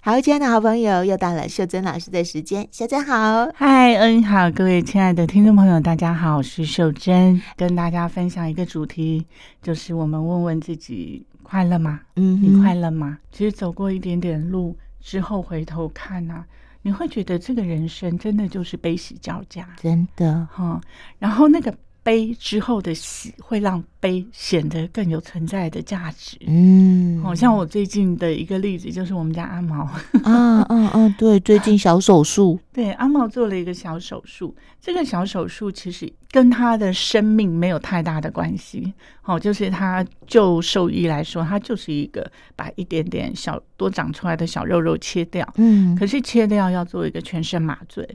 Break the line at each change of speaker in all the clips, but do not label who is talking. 好，亲爱的好朋友，又到了秀珍老师的时间，秀珍好。
嗨，嗯，好，各位亲爱的听众朋友，大家好，我是秀珍，跟大家分享一个主题，就是我们问问自己，快乐吗？
嗯
你
哼
快乐吗？其实走过一点点路之后，回头看啊，你会觉得这个人生真的就是悲喜交加，
真的，
哈、然后那个悲之后的喜，会让悲显得更有存在的价值。
嗯，
好、像我最近的一个例子就是我们家阿毛，
啊，嗯嗯，对，最近小手术，
对，阿茂做了一个小手术，这个小手术其实跟他的生命没有太大的关系。哦，就是他就兽医来说，他就是一个把一点点小多长出来的小肉肉切掉，
嗯，
可是切掉要做一个全身麻醉，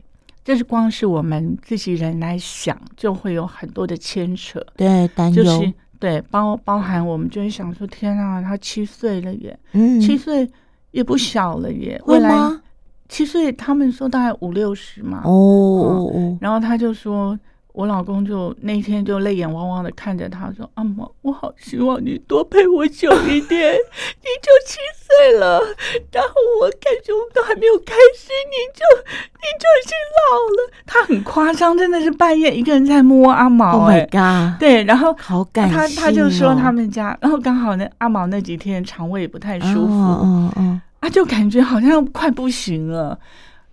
这是光是我们自己人来想就会有很多的牵扯。
对，担
就
忧，
是对包包含我们就会想说，天啊，他七岁了耶，
嗯，
七岁也不小了耶，
会
未来
吗？
七岁他们说大概五六十嘛，
哦哦哦，
然后他就说，我老公就那天就泪眼汪汪的看着他说：“阿嬷，我好希望你多陪我久一点， 你就七岁了，然后我感觉我们都还没有开始，你就你就已经老了。”他很夸张，真的是半夜一个人在摸阿毛、
Oh
哎、
my god！
对，然后。
好感性
他
哦，
他就说他们家，然后刚好那阿毛那几天肠胃也不太舒服，
嗯嗯嗯，
啊，就感觉好像快不行了。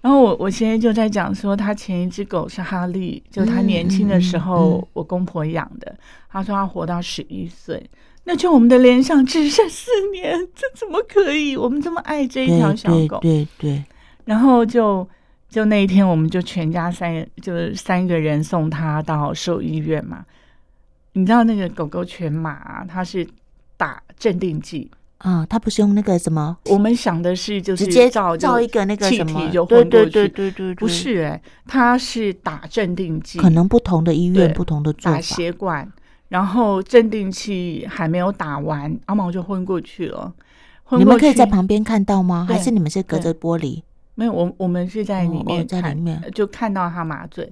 然后我我现在就在讲说，他前一只狗是哈利，就他
嗯
年轻
嗯
的时
嗯
候我公婆养的，他说他活到十一岁，那就我们的联想只剩四年，这怎么可以？我们这么爱这一条
对
小
对
狗，
对对，
然后就就那一天，我们就全家三人就是三个人送他到兽医院嘛。你知道那个狗狗全麻、它是打镇定剂，
啊，他不是用那个什么，
我们想的是就是
直接
照就
照一个那个
气
什
体
么，
就
对
昏过
对
去
对对对，
不
对，
是哎、它是打镇定剂，
可能不同的医院
对
不同的做
打
法，
血管，然后镇定剂还没有打完，阿毛就昏过去了。昏
你
过
们
去
可以在旁边看到吗？还
对
是你们是隔着
对
玻璃？
没有，我我们是在
哦
里
哦
面
在
看，
里面
呃就看到他麻醉，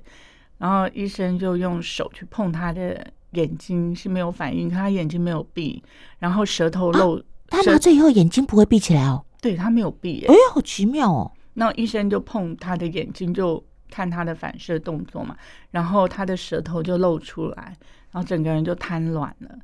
然后医生就用手去碰他的眼睛，是没有反应，可他眼睛没有闭，然后舌头露，
他
舌
麻醉以后眼睛不会闭起来哦？
对他没有闭、欸
哎，，好奇妙哦！
那医生就碰他的眼睛，就看他的反射动作嘛，然后他的舌头就露出来，然后整个人就瘫软了。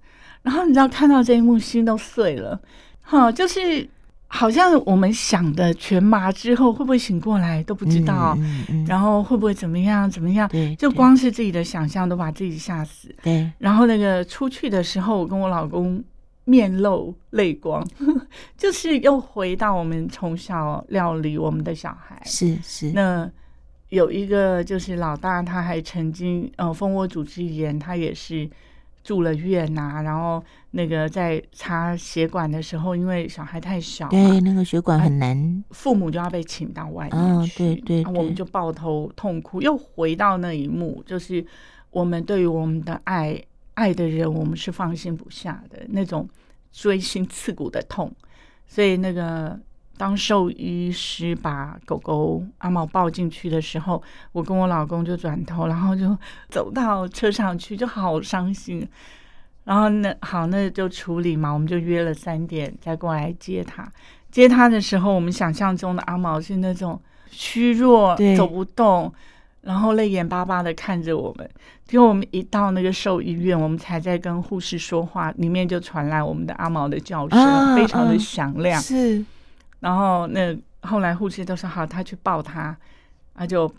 然后你知道看到这一幕，心都碎了，哈，就是好像我们想的全麻之后会不会醒过来都不
不
知道，啊
嗯嗯，
然后会不会怎么样怎么样，
对，
就
对
光是自己的想象都把自己吓死。
对，
然后那个出去的时候，我跟我老公面露泪光， 就是又回到我们从小料理我们的小孩。
是是，
那有一个就是老大，他还曾经呃蜂窝组织炎，他也是住了院呐、然后那个在插血管的时候，因为小孩太小嘛
对，，那个血管很难，
父母就要被请到外
啊
面去，
对对
啊我
对
们就抱头痛哭，又回到那一幕，就是我们对于我们的爱爱的人，我们是放心不下的那种锥心刺骨的痛，所以那个。当兽医师把狗狗阿毛抱进去的时候，我跟我老公就转头，然后就走到车上去，就好伤心。然后那好，那就处理嘛，我们就约了三点再过来接他。接他的时候，我们想象中的阿毛是那种虚弱
对、
走不动，然后泪眼巴巴的看着我们。结果我们一到那个兽医院，我们才在跟护士说话，里面就传来我们的阿毛的叫声，
啊
非常
啊
的响亮。
是
然后那后来护士都说好，他去抱他，他就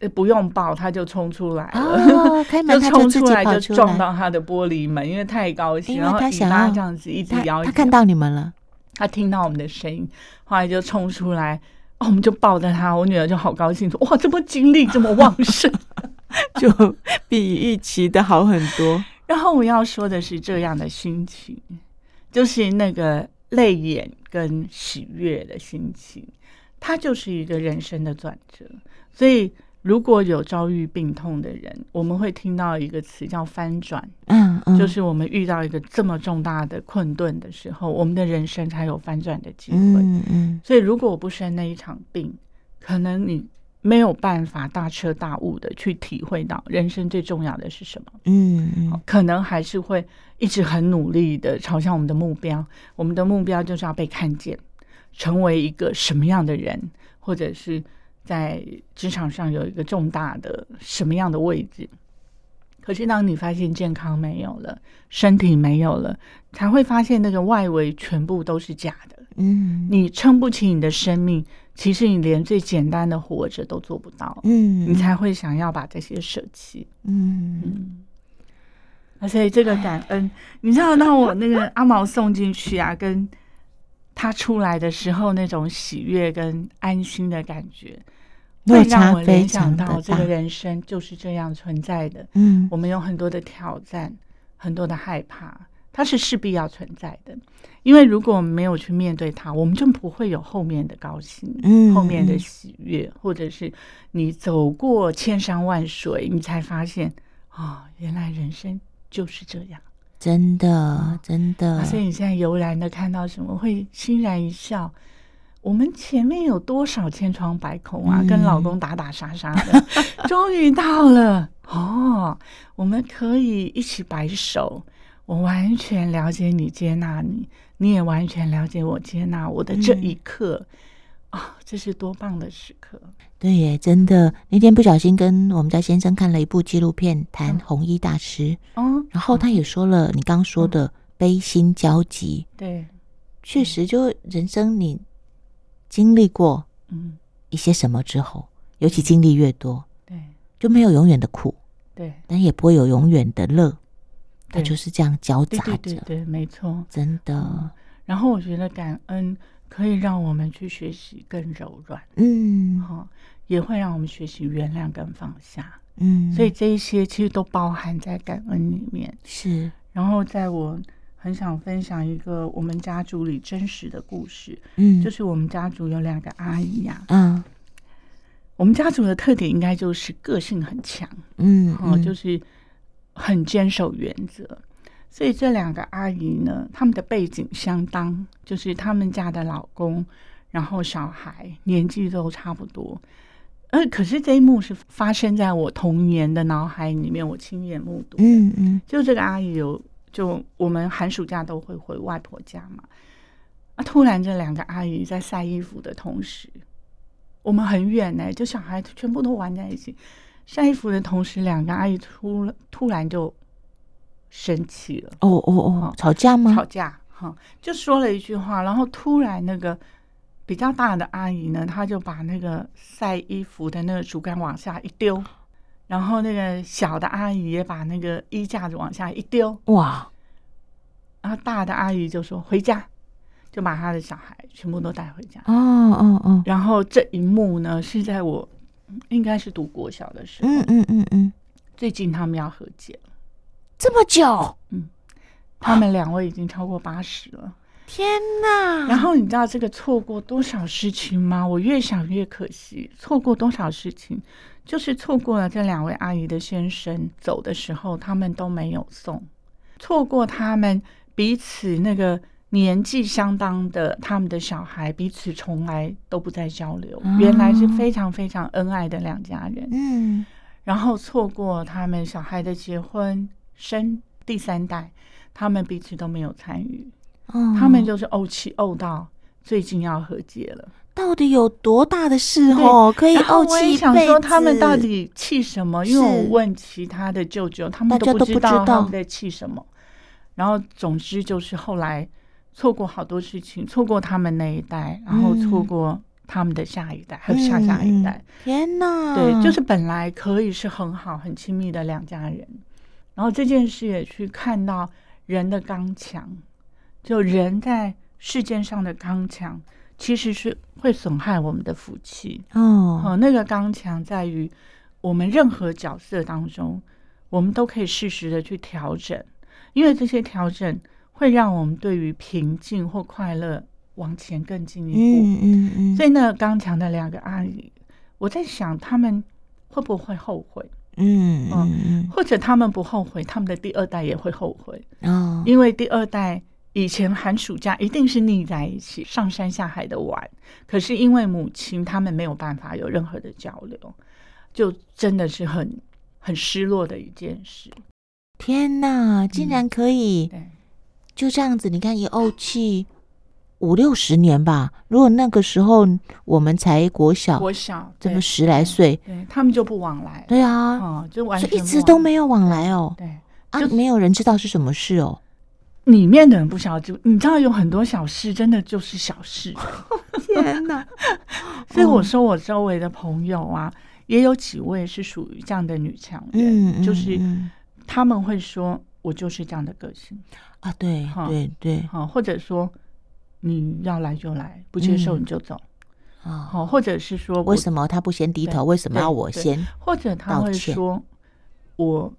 呃不用抱，他就冲出来了。
啊，开门
哎 就
他
冲
自
出
己
来，
跑
就
出
撞
来，
到他的玻璃门，因为太高兴，
因为
然后
他
尾
想
巴
要
这样子一直摇
他
一
他
直
看
摇
到你们 了，
他听到我们的声音，后来就冲出来，哦，我们就抱着他，我女儿就好高兴，说哇，这么精力这么旺盛。
就比预期的好很多。
然后我要说的是这样的心情，就是那个泪眼跟喜悦的心情，它就是一个人生的转折。所以如果有遭遇病痛的人，我们会听到一个词叫翻转，
嗯嗯，
就是我们遇到一个这么重大的困顿的时候，我们的人生才有翻转的机会。
嗯嗯，
所以如果我不生那一场病，可能你没有办法大彻大悟的去体会到人生最重要的是什么，
嗯嗯，
可能还是会一直很努力的朝向我们的目标，我们的目标就是要被看见。成为一个什么样的人，或者是在职场上有一个重大的什么样的位置。可是，当你发现健康没有了，身体没有了，才会发现那个外围全部都是假的。
嗯
你撑不起你的生命，其实你连最简单的活着都做不到，
嗯，
你才会想要把这些舍弃。
嗯
嗯，而且这个感恩，你知道，当我那个阿毛送进去啊，跟他出来的时候那种喜悦跟安心的感觉，
落
会
差
让我
非
联
常
想
的
到这
大
个人生就是这样存在的。
嗯
我们有很多的挑战，很多的害怕，它是势必要存在的。因为如果我们没有去面对它，我们就不会有后面的高兴，
嗯
后面的
嗯
喜悦，或者是你走过千山万水，你才发现哦，原来人生就是这样。
真的真的
啊，所以你现在悠然的看到什么，会欣然一笑。我们前面有多少千疮百孔啊，
嗯
跟老公打打杀杀的， 终于到了哦，我们可以一起摆手。我完全了解你，接纳你，你也完全了解我，接纳我的这一刻啊、这是多棒的时刻！
对耶，真的那天不小心跟我们家先生看了一部纪录片，
嗯
谈红衣大师，
哦，
然后他也说了你刚
嗯
说的悲心交集，
对，
确
嗯
实就人生你经历过
嗯，
一些什么之后，尤其经历越多，
对，
就没有永远的苦，
对，
但也不会有永远的乐，它
对
就是这样交
对，
杂
对，
着，
对，对，没错。
真的
嗯，然后我觉得感恩可以让我们去学习更柔软，
嗯
哈、也会让我们学习原谅跟放下。
嗯，
所以这一些其实都包含在感恩里面。
是
然后在我很想分享一个我们家族里真实的故事，
嗯
就是是我们家族有两个阿姨呀、
啊
我们家族的特点应该就是个性很强，
嗯
哦，就是是很坚守原则。所以这两个阿姨呢，她们的背景相当，就是她们家的老公，然后小孩年纪都差不多。呃，可是这一幕是发生在我童年的脑海里面，我亲眼目睹。
嗯嗯
就这个阿姨有，就我们寒暑假都会回外婆家嘛。啊，突然这两个阿姨在晒衣服的同时，我们很远呢、就小孩全部都玩在一起。晒衣服的同时，两个阿姨突了突然就生气了，
哦哦哦
好，
吵架吗？
吵架哈、就说了一句话，然后突然那个比较大的阿姨呢，她就把那个晒衣服的那个竹竿往下一丢，然后那个小的阿姨也把那个衣架子往下一丢，
哇，
然后大的阿姨就说回家，就把她的小孩全部都带回家。
哦哦哦，
然后这一幕呢，是在我嗯应该是读国小的时候，
嗯嗯嗯嗯，
最近他们要和解了，
这么久，
他们两位已经超过八十了。
天哪！
然后你知道这个错过多少事情吗？我越想越可惜，错过多少事情，就是错过了这两位阿姨的先生走的时候，他们都没有送，错过他们彼此那个年纪相当的他们的小孩彼此从来都不再交流，原来是非常非常恩爱的两家人，
嗯
然后错过他们小孩的结婚生第三代，他们彼此都没有参与。
哦，
他们就是怄气怄到最近要和解了。
到底有多大的事哦，可以
然后
怄
我
气
也
一
想
辈
说
子？
他们到底气什么？因为
是
我问其他的舅舅，他们
大家
不
都不知
知
道
道他们在气什么。然后总之就是后来错过好多事情，错过他们那一代，然后错
嗯
过他们的下一代，还有下下一
嗯？
代。
嗯天哪！
对，就是本来可以是很好、很亲密的两家人，然后这件事也去看到人的刚强，就人在世间上的刚强，其实是会损害我们的福气。
哦，
哦，那个刚强在于我们任何角色当中，我们都可以适时的去调整，因为这些调整会让我们对于平静或快乐往前更进一步。
嗯嗯嗯，
所以那刚强的两个阿姨，我在想他们会不会后悔，
嗯嗯
或者他们不后悔，他们的第二代也会后悔，
嗯哦，
因为第二代以前寒暑假一定是腻在一起，上山下海的玩，可是因为母亲他们没有办法有任何的交流，就真的是很很失落的一件事。
天哪！竟
嗯
然可以
对，
就这样子，你看一怄气。五六十年吧。如果那个时候我们才国小，
我小
这
对
么十来岁，
对他们就不往来，
对啊，
哦，就完
所
全
以一
不
直
往
都
来
没有往来哦。
对。
啊，
就
没有人知道是什么事哦。
里面的人不晓得，就你知道有很多小事，真的就是小事。
天哪！
所以我
嗯
说，我周围的朋友啊，也有几位是属于这样的女强
嗯，
人，就是
嗯嗯
他们会说我就是这样的个性，
啊，对
哈
对对
好、或者说你要来就来，不接受
嗯
你就走，
啊，
好、或者是说
为
么，
什么他不先低
对
头？为什么
对
要我
对
先？
或者他
道
会
歉
说我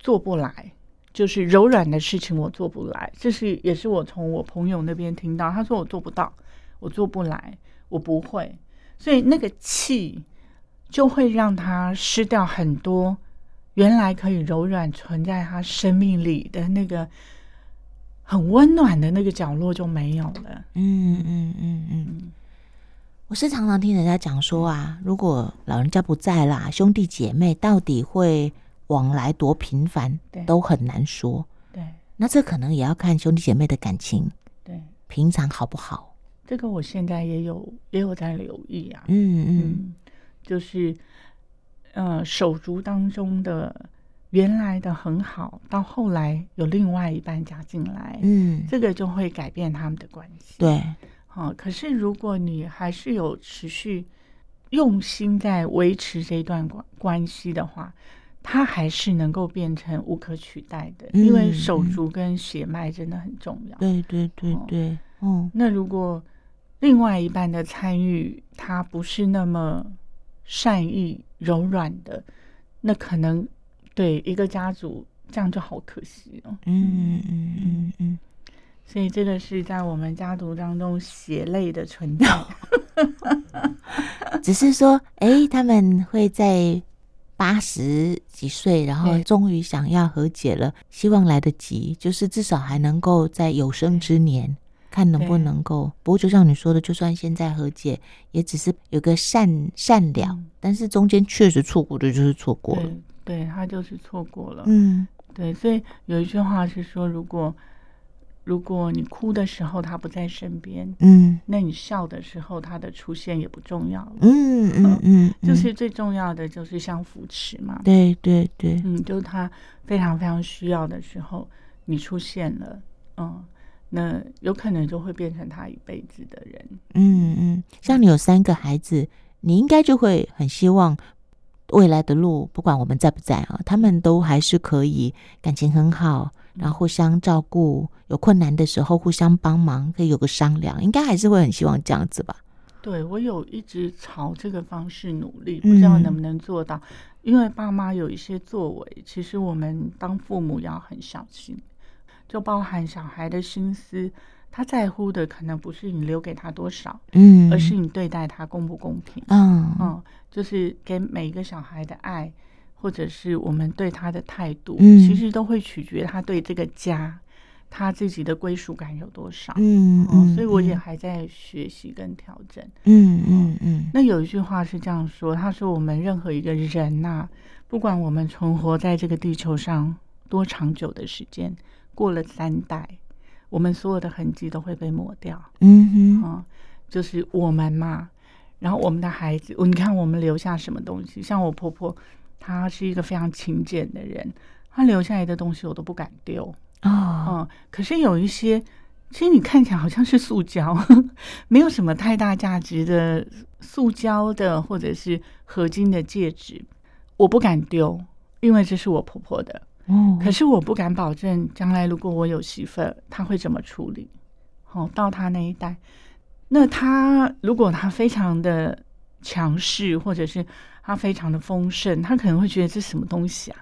做不来。就是柔软的事情我做不来，这是也是我从我朋友那边听到，他说我做不到，我做不来，我不会，所以那个气就会让他失掉很多原来可以柔软存在他生命里的那个很温暖的那个角落就没有了。
嗯嗯嗯嗯，我是常常听人家讲说啊，如果老人家不在啦，兄弟姐妹到底会往来多频繁
对，
都很难说。
对
那这可能也要看兄弟姐妹的感情，
对，
平常好不好？
这个我现在也有也有在留意啊，
嗯嗯
嗯，就是呃手足当中的原来的很好，到后来有另外一半加进来，
嗯，
这个就会改变他们的关系。
对，
好、可是如果你还是有持续用心在维持这段关关系的话，它还是能够变成无可取代的，因为
嗯
手
嗯
足跟血脉真的很重要。
对对对
哦
对，嗯
那如果另外一半的参与，他不是那么善意、柔软的，那可能对一个家族这样就好可惜哦。
嗯嗯嗯嗯，
所以这个是在我们家族当中血泪的存在。
嗯只是说，诶，他们会在八十几岁，然后
对
终于想要和解了，希望来得及，就是至少还能够在有生之年。看能不
对
能够，不过就像你说的，就算现在和解，也只是有个善善了，
嗯
但是中间确实错过的就是错过了。
对，对他就是错过了。
嗯
对，所以有一句话是说，如果如果你哭的时候他不在身边，
嗯
那你笑的时候他的出现也不重要了。
嗯嗯嗯，嗯
就是最重要的就是相扶持嘛。
对对对，
嗯，就是他非常非常需要的时候，你出现了，嗯，那有可能就会变成他一辈子的人。
嗯嗯，像你有三个孩子，你应该就会很希望未来的路，不管我们在不在啊，他们都还是可以感情很好，然后互相照顾，有困难的时候互相帮忙，可以有个商量，应该还是会很希望这样子吧。
对我有一直朝这个方式努力，不知道能不能做到，因为爸妈有一些作为，其实我们当父母要很小心，就包含小孩的心思。他在乎的可能不是你留给他多少，
嗯，
而是你对待他公不公平。
嗯
嗯，就是给每一个小孩的爱，或者是我们对他的态度，
嗯
其实都会取决他对这个家、他自己的归属感有多少。
嗯
哦
嗯，
所以我也还在学习跟调整。
嗯嗯嗯
那有一句话是这样说，他说我们任何一个人呐、不管我们存活在这个地球上多长久的时间，过了三代，我们所有的痕迹都会被抹掉。
嗯哼，
嗯，就是我们嘛，然后我们的孩子，你看我们留下什么东西？像我婆婆，她是一个非常勤俭的人，她留下来的东西我都不敢丢。
哦，
嗯，可是有一些，其实你看起来好像是塑胶， 没有什么太大价值的塑胶的或者是合金的戒指，我不敢丢，因为这是我婆婆的。
哦
可是我不敢保证将来如果我有媳妇儿，她会怎么处理。哦，到她那一代，那她如果她非常的强势，或者是她非常的丰盛，她可能会觉得这什么东西啊？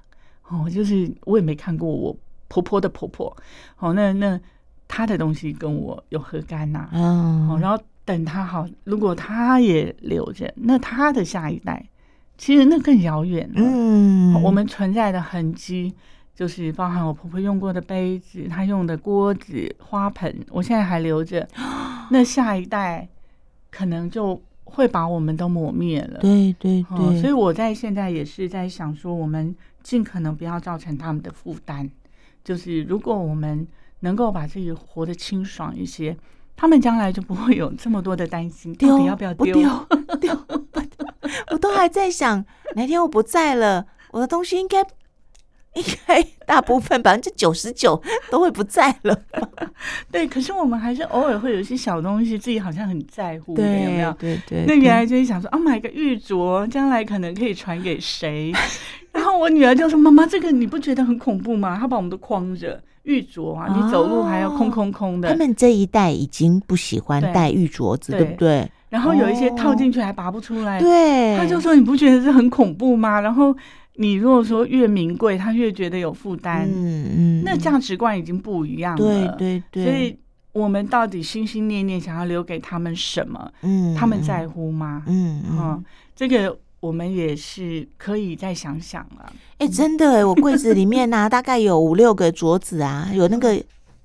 哦，就是我也没看过我婆婆的婆婆。哦，那那她的东西跟我有何干呐、哦，
嗯，
然后等她好，如果她也留着，那她的下一代，其实那更遥远了。
嗯，
哦我们存在的痕迹，就是包含我婆婆用过的杯子，她用的锅子、花盆，我现在还 留着。那下一代可能就会把我们都抹灭了。
对对
哦，所以
对，
我在现在也是在想说，我们尽可能不要造成他们的负担。就是如果我们能够把自己活得清爽一些，他们将来就不会有这么多的担心，
丢
到底要不要
不
丢？
丢丢不丢我都还在想，哪天我不在了，我的东西应该应该大部分百分之九十九都会不在了。
对，可是我们还是偶尔会有一些小东西，自己好像很在乎的，有没有？
对对
那原来就是想说，啊，买个玉镯，将来可能可以传给谁？ 然后我女儿就说：“妈妈，这个你不觉得很恐怖吗？她把我们都框着玉镯啊，你走路还要
哦
空空空的。
他们这一代已经不喜欢
对
戴玉镯子，
对
对不对？
然后有一些
哦
套进去还拔不出来，
对，
他就说你不觉得这很恐怖吗？然后你如果说越名贵，他越觉得有负担，
嗯嗯，
那价值观已经不一样
对
了。
对对，
所以我们到底心心念念想要留给他们什么？
嗯，
他们在乎吗？
嗯嗯嗯
嗯，这个我们也是可以再想想了。
哎、真的哎、我柜子里面呢、啊大概有五六个镯子啊，有那个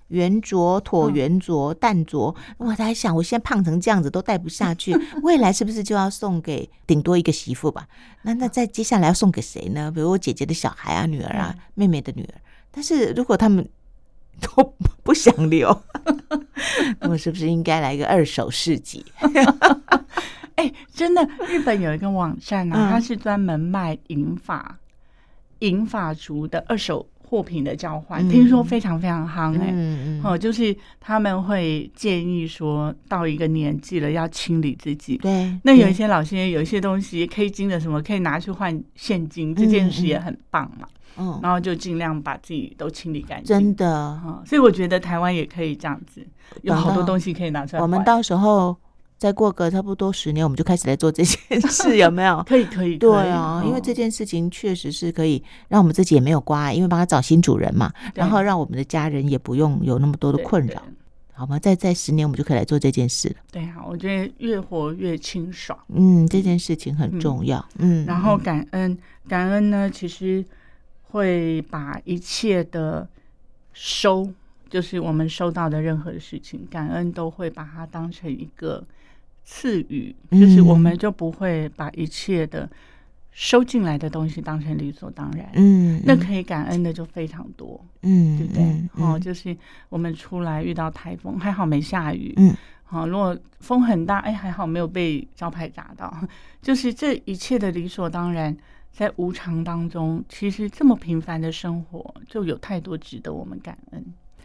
圆镯、椭
嗯
圆镯、蛋镯。我在想，我现在胖成这样子都戴不下 去，未来是不是就要送给顶多一个媳妇吧？那那再接下来要送给谁呢？比如我姐姐的小孩啊、女儿啊、
嗯
妹妹的女儿。但是如果他们 都不不想 留，我是不是应该来个二手市 集？
哎、真的，日本有一个网站
嗯
啊，它是专门卖银发、银发族的二手货品的交换，
嗯
听说非常非常夯哎、
嗯嗯，
哦，就是他们会建议说，到一个年纪了要清理自己。
对。
那有一
对
些老先生有一些东西 K 金的什么可以拿去换现金，这件事也很棒嘛。
嗯，
然后就尽量把自己都清理干净。
真的，
啊、所以我觉得台湾也可以这样子，有好
等
多
到
东西可以拿出来换。
我们到时候再过个差不多十年，我们就开始来做这
？
件事，有没有
可以可以
对
可以
啊，因为
嗯
这件事情确实是可以让我们自己也没有瓜、因为帮他找新主人嘛，
对
然后让我们的家人也不用有那么多的
对
困
对
扰，好吗？再再十年，我们就可以来做这件事了。
对啊，我觉得越活越清爽，
嗯，这件事情很重要。嗯，
然后
嗯
感恩，感恩呢，其实会把一切的收，就是我们收到的任何的事情，感恩都会把它当成一个赐予，
嗯
就是我们就不会把一切的收进来的东西当成理所当然。
嗯，
那可以感恩的就非常多，
嗯，
对不对？
嗯
哦，
嗯
就是我们出来遇到台风，还好没下雨。
嗯，
好、如果风很大，哎，还好没有被招牌砸到。 就是这一切的理所当然，在无常当中，其实这么平凡的生活就有太多值得我们感恩。